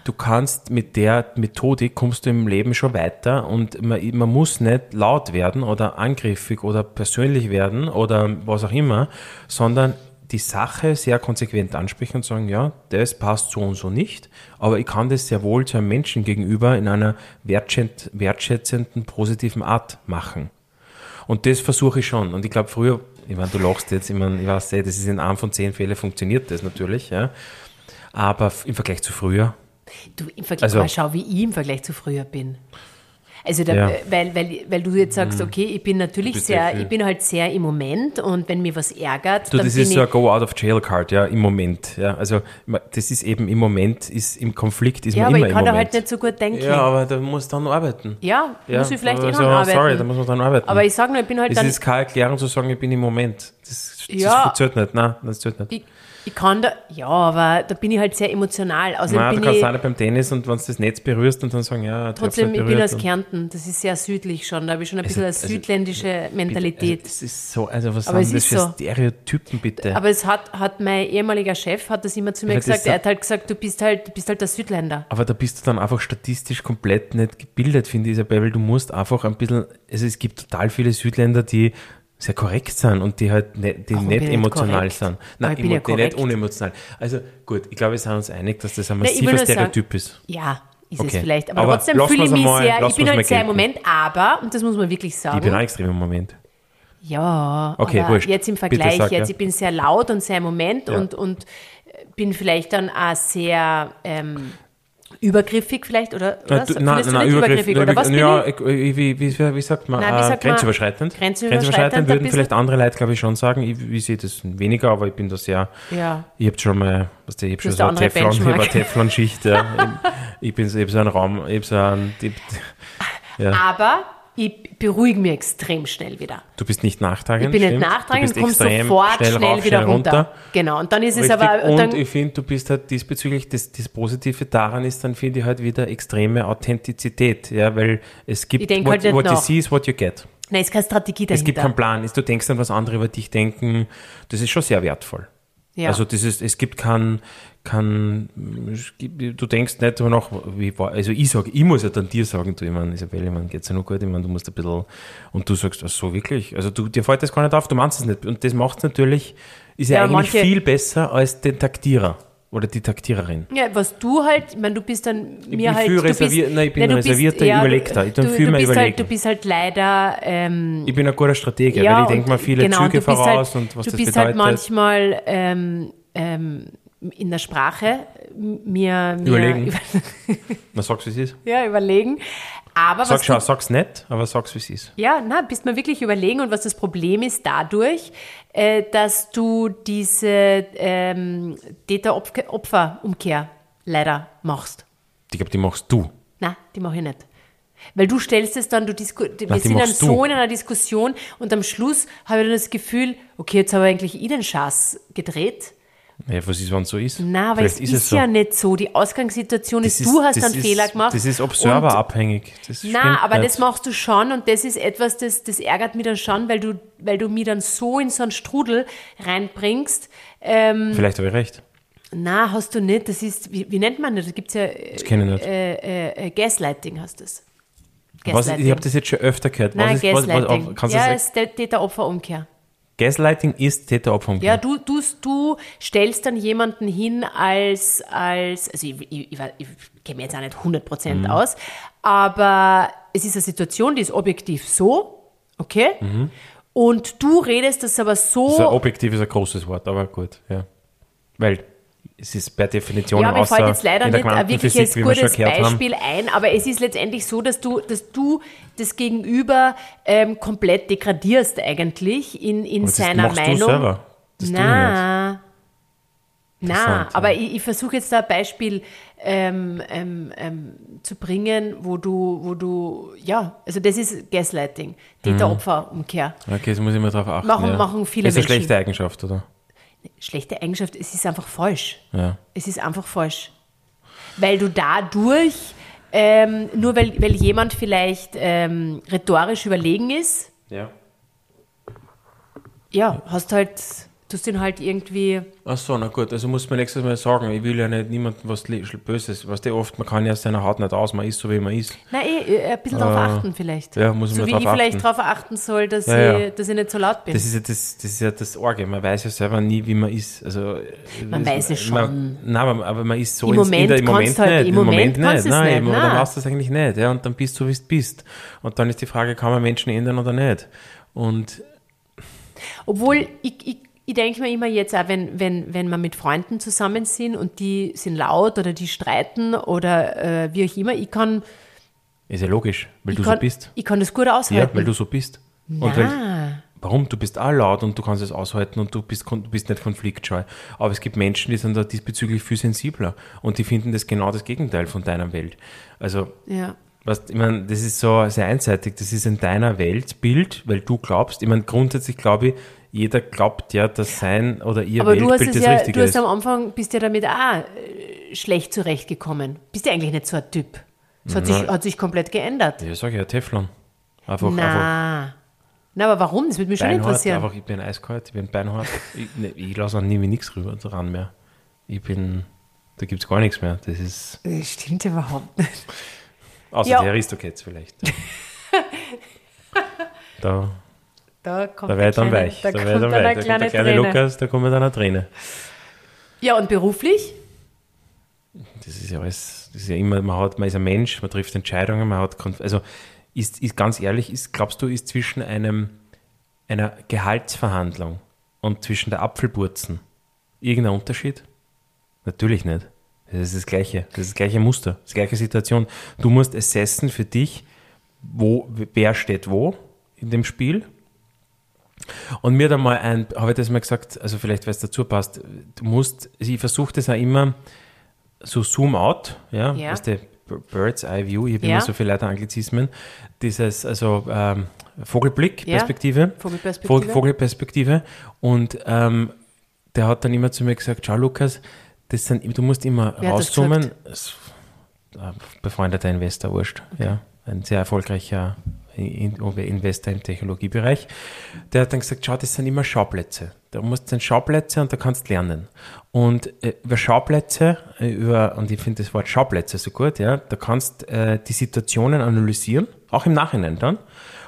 Du kannst mit der Methodik kommst du im Leben schon weiter und man, man muss nicht laut werden oder angriffig oder persönlich werden oder was auch immer, sondern die Sache sehr konsequent ansprechen und sagen, ja, das passt so und so nicht, aber ich kann das sehr wohl zu einem Menschen gegenüber in einer wertschätz- wertschätzenden, positiven Art machen. Und das versuche ich schon. Und ich glaube, früher, ich meine, du lachst jetzt, ich meine, ich weiß eh, das ist in einem von zehn Fällen funktioniert das natürlich, ja. Aber f- im Vergleich zu früher, Du, im Vergleich, Also- mal schau, wie ich im Vergleich zu früher bin. Also, da, Ja. Mhm. äh, weil, weil, weil du jetzt sagst, okay, ich bin natürlich bist sehr, sehr viel. ich bin halt sehr im Moment und wenn mir was ärgert, Du, dann das bin ist ich, so eine Go-out-of-jail-Card, ja, im Moment. Ja, also, ma- das ist eben im Moment, ist im Konflikt, ist ja, man aber immer ich kann im da Moment. halt nicht so gut denken. ja, Ja, aber da muss dann arbeiten. muss ich vielleicht eh also, dran arbeiten. Sorry, da muss man dran arbeiten. aber ich sage nur, ich bin halt es dann, ist keine Erklärung zu sagen, ich bin im Moment. Das, das Ja. zählt nicht. Nein, das zählt nicht. ich, ich kann da, ja, aber da bin ich halt sehr emotional. Also Nein, du bin kannst ich, auch nicht beim Tennis und wenn du das Netz berührst und dann sagen, ja, ich hab's trotzdem, nicht ich bin berührt aus und- Kärnten, das ist sehr südlich schon, da habe ich schon ein bisschen also- eine südländische Mentalität. Also, das ist so, also was Aber es sind das ist für so. Stereotypen bitte? aber es hat, hat mein ehemaliger Chef, hat das immer zu mir Ja, das gesagt, ist- er hat halt gesagt, du bist halt, du bist halt der Südländer. Aber da bist du dann einfach statistisch komplett nicht gebildet, finde ich, Isabel. weil Du musst einfach ein bisschen, also es gibt total viele Südländer, die sehr korrekt sind und die halt ne, die ich nicht bin nicht emotional korrekt. sind. Aber Nein, ich bin ja emo- die nicht korrekt. unemotional. Also gut, ich glaube, wir sind uns einig, dass das ein ich will massiver nur sagen- Stereotyp ist. Ja, ist Okay. es vielleicht. Aber, Aber trotzdem lassen fühle ich wir's mich einmal- sehr, ich lassen bin wir's mal halt sehr im gelten. Moment, aber, und das muss man wirklich Ich bin auch sagen, extrem im Moment. ja, Okay, aber wurscht. jetzt im Bitte Vergleich, sag, jetzt, ja. ich bin sehr laut und sehr im Moment Ja. und, und bin vielleicht dann auch sehr ähm, übergriffig vielleicht oder, oder Äh, so- findest du nicht übergriffig oder was bin ja, ich? ich- äh, wie, wie, wie, wie sagt man? Nein, wie äh, sagt man? grenzüberschreitend. Grenzüberschreitend ein würden bisschen. vielleicht andere Leute, glaube ich, schon sagen. Ich, ich sehe das weniger, aber ich bin da sehr. Ja, Ich habe schon mal, was ich hab schon hast so eine eine andere Teflon, ich hab Benchmark. eine Teflon-Schicht. Ja. ich, ich bin so, ich hab so einen Raum, ich hab so einen, ich, aber ich beruhige mich extrem schnell wieder. du bist nicht nachtragend. Ich bin nicht stimmt. nachtragend, du du bist kommst extrem sofort schnell, schnell, rauf, wieder schnell runter. runter. Genau, und dann ist es Richtig. aber... und dann, ich finde, du bist halt diesbezüglich, das, das Positive daran ist, dann finde ich halt wieder extreme Authentizität, ja, weil es gibt, Ich denk what, halt nicht what you nach. see is what you get. nein, es ist keine Strategie dahinter. Es gibt keinen Plan. Ist, Du denkst an, was andere über dich denken. Das ist schon sehr wertvoll. Ja. Also das ist, es gibt kein, kein, es gibt- du denkst nicht immer noch, wie war, also ich sage, ich muss ja dann dir sagen, du, ich meine, Isabelle, ich meine, geht's ja noch gut, ich meine, du musst ein bisschen, und du sagst, ach so, wirklich, also du, dir fällt das gar nicht auf, du meinst es nicht, und das macht es natürlich, ist ja, Ja, eigentlich manche- viel besser als den Taktierer oder die Taktiererin. Ja, was du halt, ich meine, du bist dann mir bin halt. viel du bist- reservier- nein, ich bin du reservierter, bist- überlegter. Ich du, bin du, viel du mehr bist überlegen. halt, Du bist halt leider. Ähm, Ich bin ein guter Stratege, ja, weil ich denke und- mal viele genau, Züge du bist voraus halt, und was Du das bist bedeutet. halt manchmal ähm, ähm, in der Sprache mir. mir Überlegen. Na, sagst du, wie es ist? ja, überlegen. Aber Sag, was schau, du, sag's nicht, aber sag's, wie es ist. ja, na, bist mal wirklich überlegen und was das Problem ist dadurch, äh, dass du diese ähm, Täter-Opfer-Umkehr leider machst. Ich glaube, die machst du. Na, die mache ich nicht. Weil du stellst es dann, du Disku wir die sind dann machst du. so in einer Diskussion und am Schluss habe ich dann das Gefühl, okay, jetzt habe ich eigentlich ich den Schaß gedreht. Ja, was ist, wenn es so ist? Na, aber es Vielleicht ist, ja nicht so. Die Ausgangssituation Das ist, du hast das dann ist- Fehler gemacht. Das ist und- observerabhängig. Das Na, stimmt aber nicht. das machst du schon und das ist etwas, das, das ärgert mich dann schon, weil du, weil du mich dann so in so einen Strudel reinbringst. Ähm, Vielleicht habe ich recht. na, hast du nicht. Das ist, wie, wie nennt man das? Da gibt es ja äh, Das kenne ich nicht. äh, Gaslighting, hast das. was, ich habe das jetzt schon öfter gehört. was Nein, ist, was, was, Gaslighting. auf- kannst du ja, sagen? es ist der Täter-Opfer-Umkehr. Gaslighting ist Täteropfer. Ja, du, du, du stellst dann jemanden hin als, als also ich, ich, ich, weiß- ich kenne mich jetzt auch nicht 100% Mhm. aus, aber es ist eine Situation, die ist objektiv so, okay? Und du redest das aber so, So objektiv Mhm. ist ein großes Wort, aber gut, ja. Weil es ist per Definition ja, mir außer fällt jetzt leider in der nicht ein wirkliches Quantenphysik, wie wir schon gutes gehört haben. Beispiel ein, aber es ist letztendlich so, dass du, dass du das Gegenüber ähm, komplett degradierst eigentlich in, in Und das seiner machst Meinung. du selber. Das tue ich nicht. Na, na, Interessant, aber ja. ich, ich versuche jetzt da ein Beispiel ähm, ähm, ähm, zu bringen, wo du, wo du, ja, also das ist Gaslighting, Mhm. Täter-Opfer-Umkehr. Okay, jetzt muss ich mal drauf achten. Machen- ja. machen viele ist eine Menschen. schlechte Eigenschaft, oder? Schlechte Eigenschaft, es ist einfach falsch. Ja. Es ist einfach falsch. Weil du dadurch, ähm, nur weil, weil jemand vielleicht ähm, rhetorisch überlegen ist, Ja. ja, hast halt, tust ihn halt irgendwie Ach so, na gut, also muss man nächstes Mal sagen, ich will ja nicht niemandem was le- Böses, was der oft, man kann ja aus seiner Haut nicht aus, man ist so, wie man ist. Na, eh, äh, ein bisschen drauf achten vielleicht. Ah. ja, muss ich so mal wie drauf ich vielleicht achten. drauf achten soll, dass, Ja, ich, ja. dass ich nicht so laut bin. Das ist ja das, das ist ja das Orge. Man weiß ja selber nie, wie man ist. Also, Man es- weiß es Man, nein, aber- aber man ist so Im ins- Moment der- im Moment kannst du halt- nicht. im Im Moment Moment kannst nicht. du es Nein, nicht, im- dann nein. machst du es eigentlich nicht. Ja, und dann bist du, wie du bist. Und dann ist die Frage, kann man Menschen ändern oder nicht? Und Obwohl, ich, ich, ich denke mir immer jetzt auch, wenn, wenn, wenn man mit Freunden zusammen sind und die sind laut oder die streiten oder äh, wie auch immer, ich kann, ist ja logisch, weil ich du kann, so bist. Ich kann das gut Ja, aushalten. weil du so bist. Und weil, Nein. Warum? Du bist auch laut und du kannst es aushalten und du bist, kon- du bist nicht konfliktscheu. Aber es gibt Menschen, die sind da diesbezüglich viel sensibler und die finden das genau das Gegenteil von deiner Welt. Also, ja. Weißt, ich meine, das ist so sehr einseitig, das ist in deiner Weltbild, weil du glaubst, ich meine, grundsätzlich glaube ich, jeder glaubt ja, dass sein oder ihr Aber du hast Weltbild es das ja, Richtige du hast ist. am Anfang, bist ja damit auch äh, schlecht zurechtgekommen. Bist ja eigentlich nicht so ein Typ. Das hat sich, Nein. hat sich komplett geändert. Ja, sag ich ja, Teflon. Einfach, einfach Na. Na, aber warum? Das würde mich schon beinhart, interessieren. einfach, ich bin eiskalt, ich bin beinhart. ich ne, ich lasse auch nie mehr nichts rüber dran mehr. Ich bin, da gibt es gar nichts mehr. Das ist, Das stimmt überhaupt nicht. außer Ja. die Aristocats vielleicht. da Da kommt da wäre ich dann eine kleine- weich. Da, Da, wär ich kommt dann weich. dann Da eine kommt kleine der kleine Träne. Lukas, da kommt dann eine Träne. Ja, und beruflich? Das ist ja alles, das ist ja immer, man hat, man ist ein Mensch, man trifft Entscheidungen, man hat, Konf also ist, ist ganz ehrlich, ist, glaubst du, ist zwischen einem, einer Gehaltsverhandlung und zwischen der Apfelburzen irgendein Unterschied? Natürlich nicht. Das ist das gleiche, das ist das gleiche Muster, das gleiche Situation. Du musst assessen für dich, wo, wer steht wo in dem Spiel und mir dann mal ein, habe ich das mal gesagt, also vielleicht, weil es dazu passt, du musst, also ich versuche das auch immer so zoom out, ja, Ja. weißt du, B- Bird's Eye View, ich habe Ja. immer so viele Leute Anglizismen, dieses, also ähm, Vogelblick, Ja. Perspektive, Vogelperspektive. Vog- Vogelperspektive und ähm, der hat dann immer zu mir gesagt, schau Lukas, das sind, du musst immer Wer hat das rauszoomen, Es- ein äh, befreundeter Investor, wurscht, ja, ein sehr erfolgreicher äh, In- In- Investor im Technologiebereich, der hat dann gesagt, schau, das sind immer Schauplätze. Da musst du sind Schauplätze und da kannst du lernen. Und äh, über Schauplätze, äh, über, und ich finde das Wort Schauplätze so gut, ja, da kannst äh, die Situationen analysieren, auch im Nachhinein dann.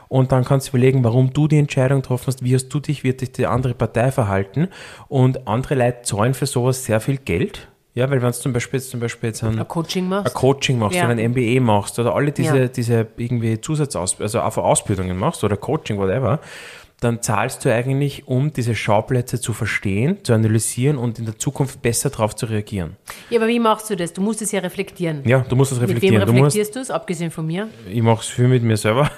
Und dann kannst du überlegen, warum du die Entscheidung getroffen hast, wie hast du dich, wie hat dich die andere Partei verhalten. Und andere Leute zahlen für sowas sehr viel Geld. Ja, weil wenn du zum Beispiel jetzt zum Beispiel jetzt einen, Ein Coaching ein machst? Coaching machst Ja. oder ein MBA machst oder alle diese, Ja. diese irgendwie Zusatzaus also einfach Ausbildungen machst oder Coaching, whatever, dann zahlst du eigentlich, um diese Schauplätze zu verstehen, zu analysieren und in der Zukunft besser darauf zu reagieren. Ja, aber wie machst du das? Du musst es ja reflektieren. Ja, du musst das Mit wem reflektieren. Du musst, reflektierst du es, abgesehen von mir? ich mache es viel mit mir selber.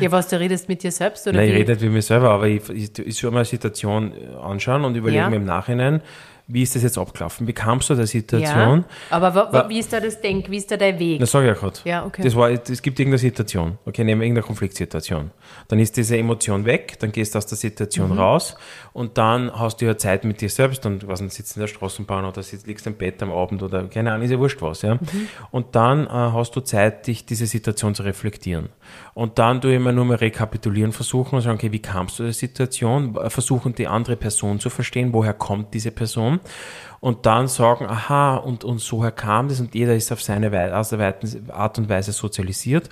Ja, was, du redest mit dir selbst? Oder Nein, ich wie? rede nicht mit mir selber, aber ich, ich, ich soll mir eine Situation anschauen und überlege Ja. mir im Nachhinein, wie ist das jetzt abgelaufen? Wie kamst du der Situation? ja. Aber wa- wa- Wa- wie ist da das Denk? Wie ist da dein Weg? Das sage ich ja gerade. Ja, okay. Das war, es gibt irgendeine Situation. Okay, nehmen wir irgendeine Konfliktsituation. Dann ist diese Emotion weg, dann gehst du aus der Situation Mhm. raus und dann hast du ja Zeit mit dir selbst und was nicht, sitzt in der Straßenbahn oder sitzt, liegst im Bett am Abend oder keine Ahnung, ist ja wurscht was, Mhm. ja. Und dann äh, hast du Zeit, dich diese Situation zu reflektieren. Und dann du immer nur mal rekapitulieren versuchen und sagen, okay, wie kamst du zur Situation? Versuchen die andere Person zu verstehen, woher kommt diese Person? und dann sagen, aha, und, und so her kam das und jeder ist auf seine Wei- aus der Weiten- Art und Weise sozialisiert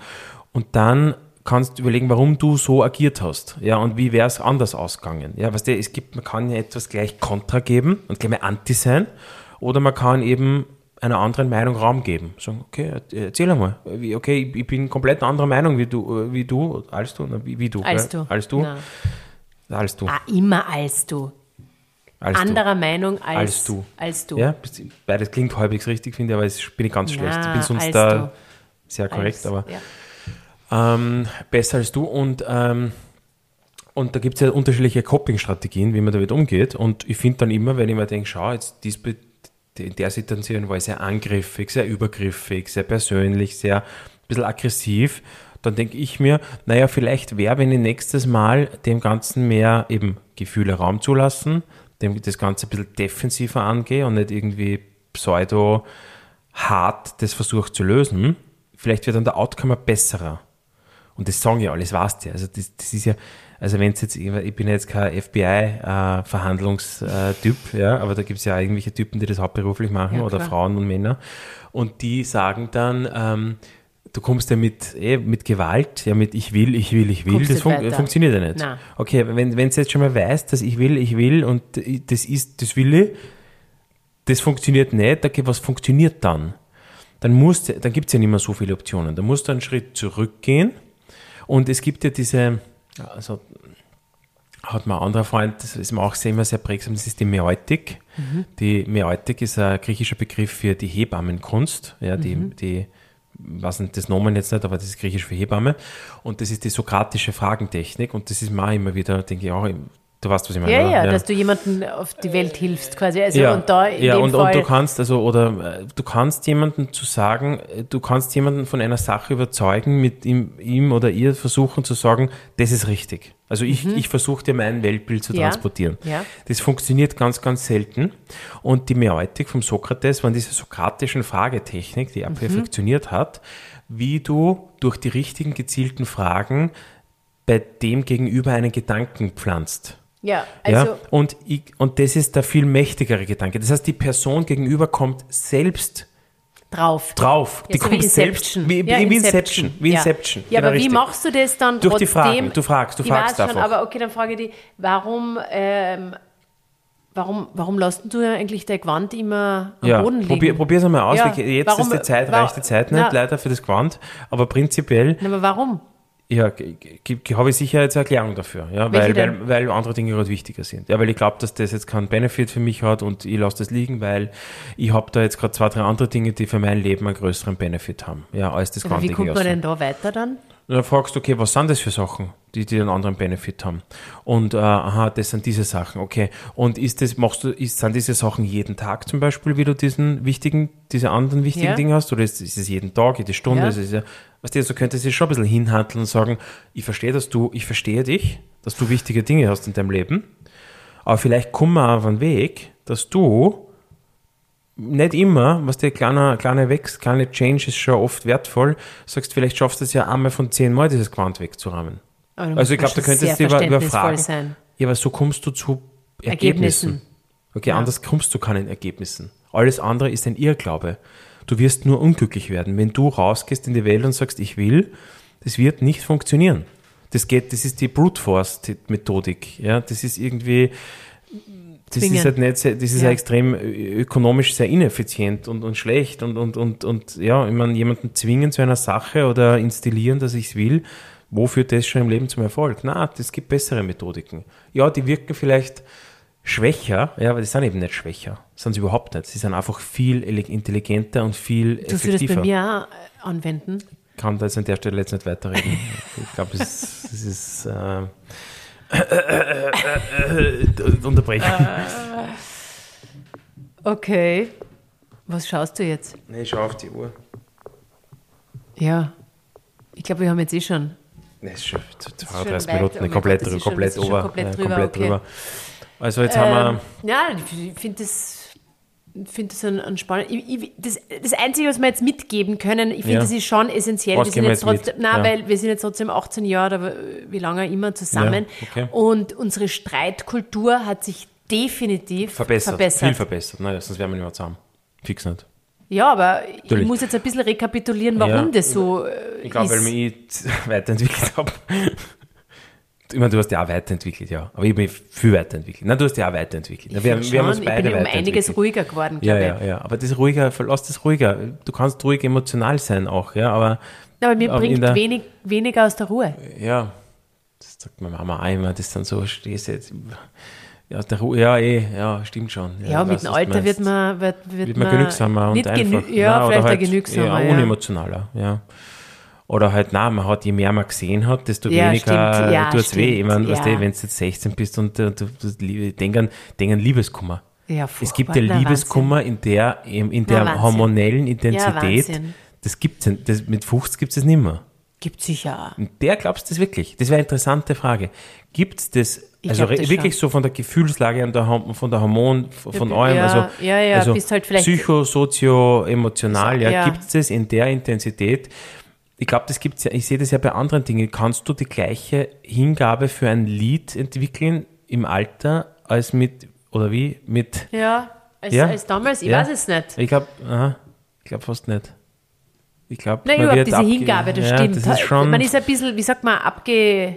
und dann kannst du überlegen, warum du so agiert hast, ja, und wie wäre es anders ausgegangen, ja, weißt du, es gibt, man kann ja etwas gleich Kontra geben und gleich mal Anti sein oder man kann eben einer anderen Meinung Raum geben. Sagen, okay, erzähl einmal. Wie- Okay, ich- ich bin komplett anderer Meinung wie du, äh, wie du, als du, na, wie, wie du. Als gell? du. Als du, Na. als du, Ah, immer als du. als du. Anderer Meinung als, Als du. Als du. Ja, bist- beides klingt halbwegs richtig, finde ich, aber ich bin ich ganz schlecht. Ich bin Na, sonst als da du. sehr korrekt, als, aber Ja. ähm, besser als du. Und, ähm, und da gibt es ja unterschiedliche Coping-Strategien, wie man damit umgeht. Und ich finde dann immer, wenn ich mir denke, schau, jetzt dies, be- in der Situation war ich sehr angriffig, sehr übergriffig, sehr persönlich, sehr ein bisschen aggressiv, dann denke ich mir, naja, vielleicht wäre, wenn ich nächstes Mal dem Ganzen mehr eben Gefühle Raum zulassen, dem das Ganze ein bisschen defensiver angehe und nicht irgendwie pseudo hart das versucht zu lösen, vielleicht wird dann der Outcome ein besserer. Und das sagen ja alle, das weißt du ja. Also das, das ist ja, also wenn es jetzt, ich bin ja jetzt kein FBI-Verhandlungstyp, äh, ja, aber da gibt es ja auch irgendwelche Typen, die das hauptberuflich machen Ja, oder klar. Frauen und Männer. Und die sagen dann, ähm, du kommst ja mit, eh, mit Gewalt, ja mit ich will, ich will, ich will, Kommst das nicht fun weiter. funktioniert ja nicht. Nein. Okay, wenn es jetzt schon mal weiß, dass ich will, ich will und das ist, das will ich, das funktioniert nicht, okay, was funktioniert dann? Dann, musst du- dann gibt es ja nicht mehr so viele Optionen. Da musst du einen Schritt zurückgehen und es gibt ja diese, also hat mein anderer Freund, das ist mir auch sehr, immer sehr prägsam, das ist die Mäutik. Mhm. Die Mäutik ist ein griechischer Begriff für die Hebammenkunst, ja, die, Mhm. die was nicht, das Nomen jetzt nicht, aber das ist griechisch für Hebamme. Und das ist die sokratische Fragentechnik und das ist mir auch immer wieder, denke ich auch, du weißt, was ich meine. Ja, oder? ja, dass du jemanden auf die Welt hilfst quasi. Also und da in ja dem und, und Fall, du kannst also oder äh, du kannst jemanden zu sagen, äh, du kannst jemanden von einer Sache überzeugen, mit ihm, ihm oder ihr versuchen zu sagen, das ist richtig. Also ich, ich versuche dir mein Weltbild zu Mhm. Ja, transportieren. ja. Das funktioniert ganz, ganz selten. Und die Mäutik vom Sokrates waren diese sokratischen Fragetechnik, Mhm. die er perfektioniert hat, wie du durch die richtigen gezielten Fragen bei dem gegenüber einen Gedanken pflanzt. ja, also Ja, und, ich, und das ist der viel mächtigere Gedanke. Das heißt, die Person gegenüber kommt selbst drauf. drauf. Ja, die so kommt selbst. Wie, Ja, wie wie Inception. Wie ja. Inception. Ja, Genau aber richtig. wie machst du das dann Durch die trotzdem? Fragen. Du fragst, du ich fragst weiß schon, einfach. aber okay, dann frage ich dich, warum, ähm, warum, warum lässt du ja eigentlich dein Gewand immer am ja, Boden liegen? probier, probier's einmal aus. Ja, Jetzt warum- ist die Zeit, wa- reicht die Zeit nicht, na- leider für das Quant. Aber prinzipiell Na, aber warum? ja, g- g- habe ich sicher jetzt eine Erklärung dafür. Ja, weil, Welche weil, weil andere Dinge gerade wichtiger sind. Ja, weil ich glaube, dass das jetzt keinen Benefit für mich hat und ich lasse das liegen, weil ich habe da jetzt gerade zwei, drei andere Dinge, die für mein Leben einen größeren Benefit haben. Ja, als das Aber wie Quant-Ding kommt man lassen. denn da weiter dann? Und dann fragst du, okay, was sind das für Sachen, die, die einen anderen Benefit haben? Und äh, aha, das sind diese Sachen, okay. Und ist das, machst du, ist, sind diese Sachen jeden Tag zum Beispiel, wie du diesen wichtigen, diese anderen wichtigen Ja. Dinge hast? Oder ist, ist es jeden Tag, jede Stunde? Ja. Ist es ja, weißt du, so könntest du schon ein bisschen hinhandeln und sagen, ich verstehe, dass du, ich verstehe dich, dass du wichtige Dinge hast in deinem Leben. Aber vielleicht kommen wir auf einen Weg, dass du nicht immer, was der kleine, kleine Wechsel, kleine Change ist schon oft wertvoll, sagst, vielleicht schaffst du es ja einmal von zehn Mal, dieses Quant wegzurahmen. Aber dann Also ich muss glaube, da man schon könntest du sehr über, verständnisvoll überfragen. sein. Ja, aber so kommst du zu Ergebnissen. Ergebnissen. Okay, anders kommst du keinen Ergebnissen. Alles andere ist ein Irrglaube. Du wirst nur unglücklich werden. Wenn du rausgehst in die Welt und sagst, ich will, das wird nicht funktionieren. Das geht, das ist die Brute Force Methodik. Ja, das ist irgendwie, das Zwingen. ist halt nicht sehr, das ist Ja. ja. extrem ö- ökonomisch sehr ineffizient und, und schlecht und, und, und, und ja, ich meine, jemanden zwingen zu einer Sache oder instillieren, dass ich es will, wo führt das schon im Leben zum Erfolg? Na, es gibt bessere Methodiken. Ja, die wirken vielleicht schwächer, ja, aber die sind eben nicht schwächer. Sind sie überhaupt nicht. Sie sind einfach viel ele- intelligenter und viel Tust du das bei effektiver. mir auch anwenden? Ich kann da jetzt an der Stelle jetzt nicht weiterreden. ich glaube, es, es ist äh, äh, äh, äh, unterbrechen. Okay. Was schaust du jetzt? Nee, schau auf die Uhr. Ja. Ich glaube, wir haben jetzt eh schon. Nee, ist schon zu- zu schon 32 weit, Minuten, oh nee, mein komplett, Gott, drüber, das ist schon- komplett, das ist schon over, komplett ja, drüber, komplett okay. Ähm, drüber. Also jetzt haben wir Ja, ich finde das, ich find das ein, ein spannend. Ich, ich, das, das Einzige, was wir jetzt mitgeben können, ich finde, Ja. das ist schon essentiell. Was wir sind geben wir jetzt jetzt mit? trotzdem, nein, Ja. weil wir sind jetzt trotzdem 18 Jahre oder wie lange immer zusammen. Ja, okay. Und unsere Streitkultur hat sich definitiv verbessert, verbessert. viel verbessert. Nein, sonst wären wir nicht mehr zusammen. Fix nicht. Ja, aber ich Natürlich. muss jetzt ein bisschen rekapitulieren, warum Ja. das so äh, Ich glaube, ist. weil ich mich weiterentwickelt habe. Ich meine, du hast ja auch weiterentwickelt, ja. Aber ich bin viel weiterentwickelt. Nein, du hast ja auch weiterentwickelt. Ich wir, find haben- wir haben schon, uns beide ich bin um einiges weiterentwickelt. ruhiger geworden, Ja, glaube ja, ja. Aber das ruhiger, verlass das ruhiger. Du kannst ruhig emotional sein auch, ja. Aber ich. Aber mir Aber in bringt der- wenig, weniger aus der Ruhe. ja, das sagt meine Mama auch immer, das dann so, stehst du jetzt aus der Ruhe. Ja, eh, ja, stimmt schon. Ja, weiß, mit dem was du Alter wird meinst. man, wird, wird, wird man genügsamer und nicht genü- einfach. Ja, Nein, oder vielleicht halt, auch genügsamer. Ja, Ja, unemotionaler, ja. Oder halt, nein, man hat, je mehr man gesehen hat, desto Ja, weniger stimmt. Ja, tut's weh. Ich stimmt. meine, weißt Ja. du, wenn du jetzt 16 bist und äh, du, du, du denk an, denk an Liebeskummer. Ja, es furchtbar. gibt ja Na, Liebeskummer in der, in, in der Wahnsinn. hormonellen Intensität. Wahnsinn. das gibt's, ja- das, mit 50 gibt's das nicht mehr. Gibt sicher. auch. Und der glaubst du das wirklich? Das wäre eine interessante Frage. Gibt es das, Ich also glaub re- das wirklich schon. so von der Gefühlslage und der, Horm- von der Hormon, von, von Ja, allem, ja, also, ja, ja, also bist halt vielleicht- psycho, sozio, emotional, ja, Ja. gibt es das in der Intensität? Ich glaube, das gibt's ja, ich sehe das ja bei anderen Dingen. Kannst du die gleiche Hingabe für ein Lied entwickeln im Alter als mit, oder wie, mit, Ja, als, Ja. als damals, ich Ja. weiß es nicht. ich glaube, ich glaube fast nicht. Ich glaube, Nein, überhaupt diese Hingabe, das ja, stimmt. halt. Das ist schon, man ist ein bisschen, wie sagt man, abge...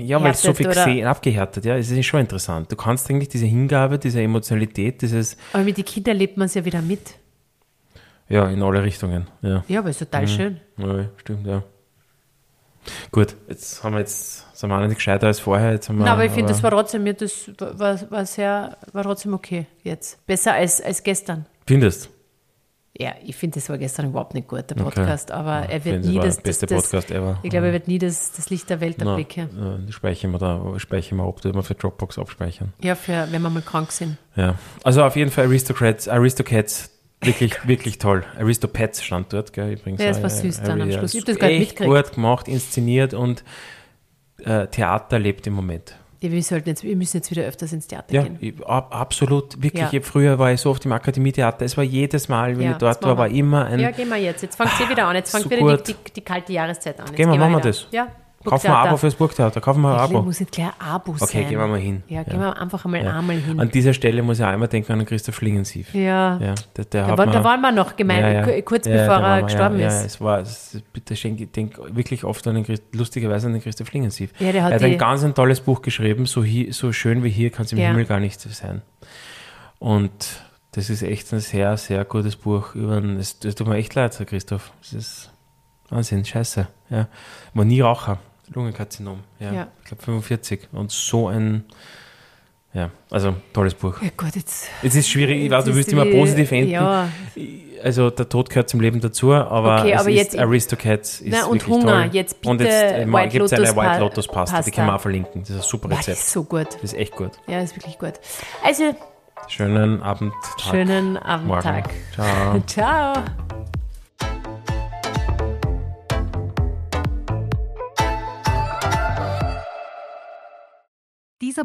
Ja, weil es so Härtet, viel oder? gesehen, abgehärtet, ja, es ist schon interessant. Du kannst eigentlich diese Hingabe, diese Emotionalität, dieses, Aber mit den Kindern lebt man es ja wieder mit. ja, in alle Richtungen, ja. Ja, aber ist total Mhm. schön. ja stimmt, ja. Gut, jetzt haben wir jetzt, sind wir auch nicht gescheiter als vorher, jetzt haben wir, Na, aber ich finde, das war trotzdem, mir das war- war, war sehr, war trotzdem okay jetzt. Besser als, als gestern. Findest, Ja, ich finde, das war gestern überhaupt nicht gut, der Okay. Podcast, aber er wird finde, das nie war das, der beste das, Podcast das, ever. Mhm. Ich glaube, er wird nie das, das Licht der Welt Na, erblicken. äh, speichern wir da, speichern wir ab, tun wir für Dropbox abspeichern. Ja, für, wenn wir mal krank sind. Ja, also auf jeden Fall Aristocrats, Aristocats, wirklich, wirklich toll. Aristopets stand dort, gell, übrigens. Ja, das auch, war süß dann am ja, Schluss. Ich hab ist das gar nicht echt mitgekriegt. gut gemacht, inszeniert und äh, Theater lebt im Moment. Ja, wir, sollten jetzt, wir müssen jetzt wieder öfters ins Theater Ja, gehen. ich, ab, absolut, wirklich. Ja. Ich, früher war ich so oft im Akademietheater. Es war jedes Mal, wenn Ja, ich dort das machen war, war wir. immer ein. Ja, gehen wir jetzt. Jetzt fängt sie wieder an. Jetzt fängt So wieder gut. die, die, die kalte jahreszeit an. Jetzt Gehen wir, machen wir wieder. das. Ja. Kaufen wir ein Abo fürs Burgtheater, kaufen wir ein Abo. Ich Abo. muss jetzt gleich ein Abo sein. Okay, gehen wir mal hin. Ja, gehen wir einfach einmal Ja. einmal hin. An dieser Stelle muss ich auch immer denken an den Christoph Schlingensief. Ja, ja. der, der Da, hat war, mir- da waren wir noch gemein, ku- kurz Ja, bevor da waren er wir, gestorben ja, Ja, ist. es war, es, bitte schenke, ich denke wirklich oft an den, Christ- lustigerweise an den Christoph Schlingensief. Ja, der hat er hat ein die- ganz ein tolles Buch geschrieben, so, hi, so schön wie hier kann es im Ja. Himmel gar nicht sein. Und das ist echt ein sehr, sehr gutes Buch. Über ein, es, das tut mir echt leid, Herr Christoph. Das ist Wahnsinn, scheiße. Ja. War nie Raucher, Lungenkarzinom. Ja, Ja. Ich glaube 45. Und so ein, ja, also tolles Buch. Ja, Gott, jetzt. Es ist schwierig, ich weiß, du jetzt willst ist immer die- positiv enden. Ja, Also der Tod gehört zum Leben dazu, aber, Okay, es aber ist jetzt- Aristocats ist Na, und wirklich Hunger, toll. jetzt und bitte jetzt äh, mal White gibt's eine Lotus White Pa- Lotus Pasta, die Pasta. können wir auch verlinken. Das ist ein super Boah, das Rezept. ist so gut. Das ist echt gut. Ja, ist wirklich gut. Also, Schönen Abend, Tag, schönen Morgen. Abendtag. Ciao. Ciao. Dieser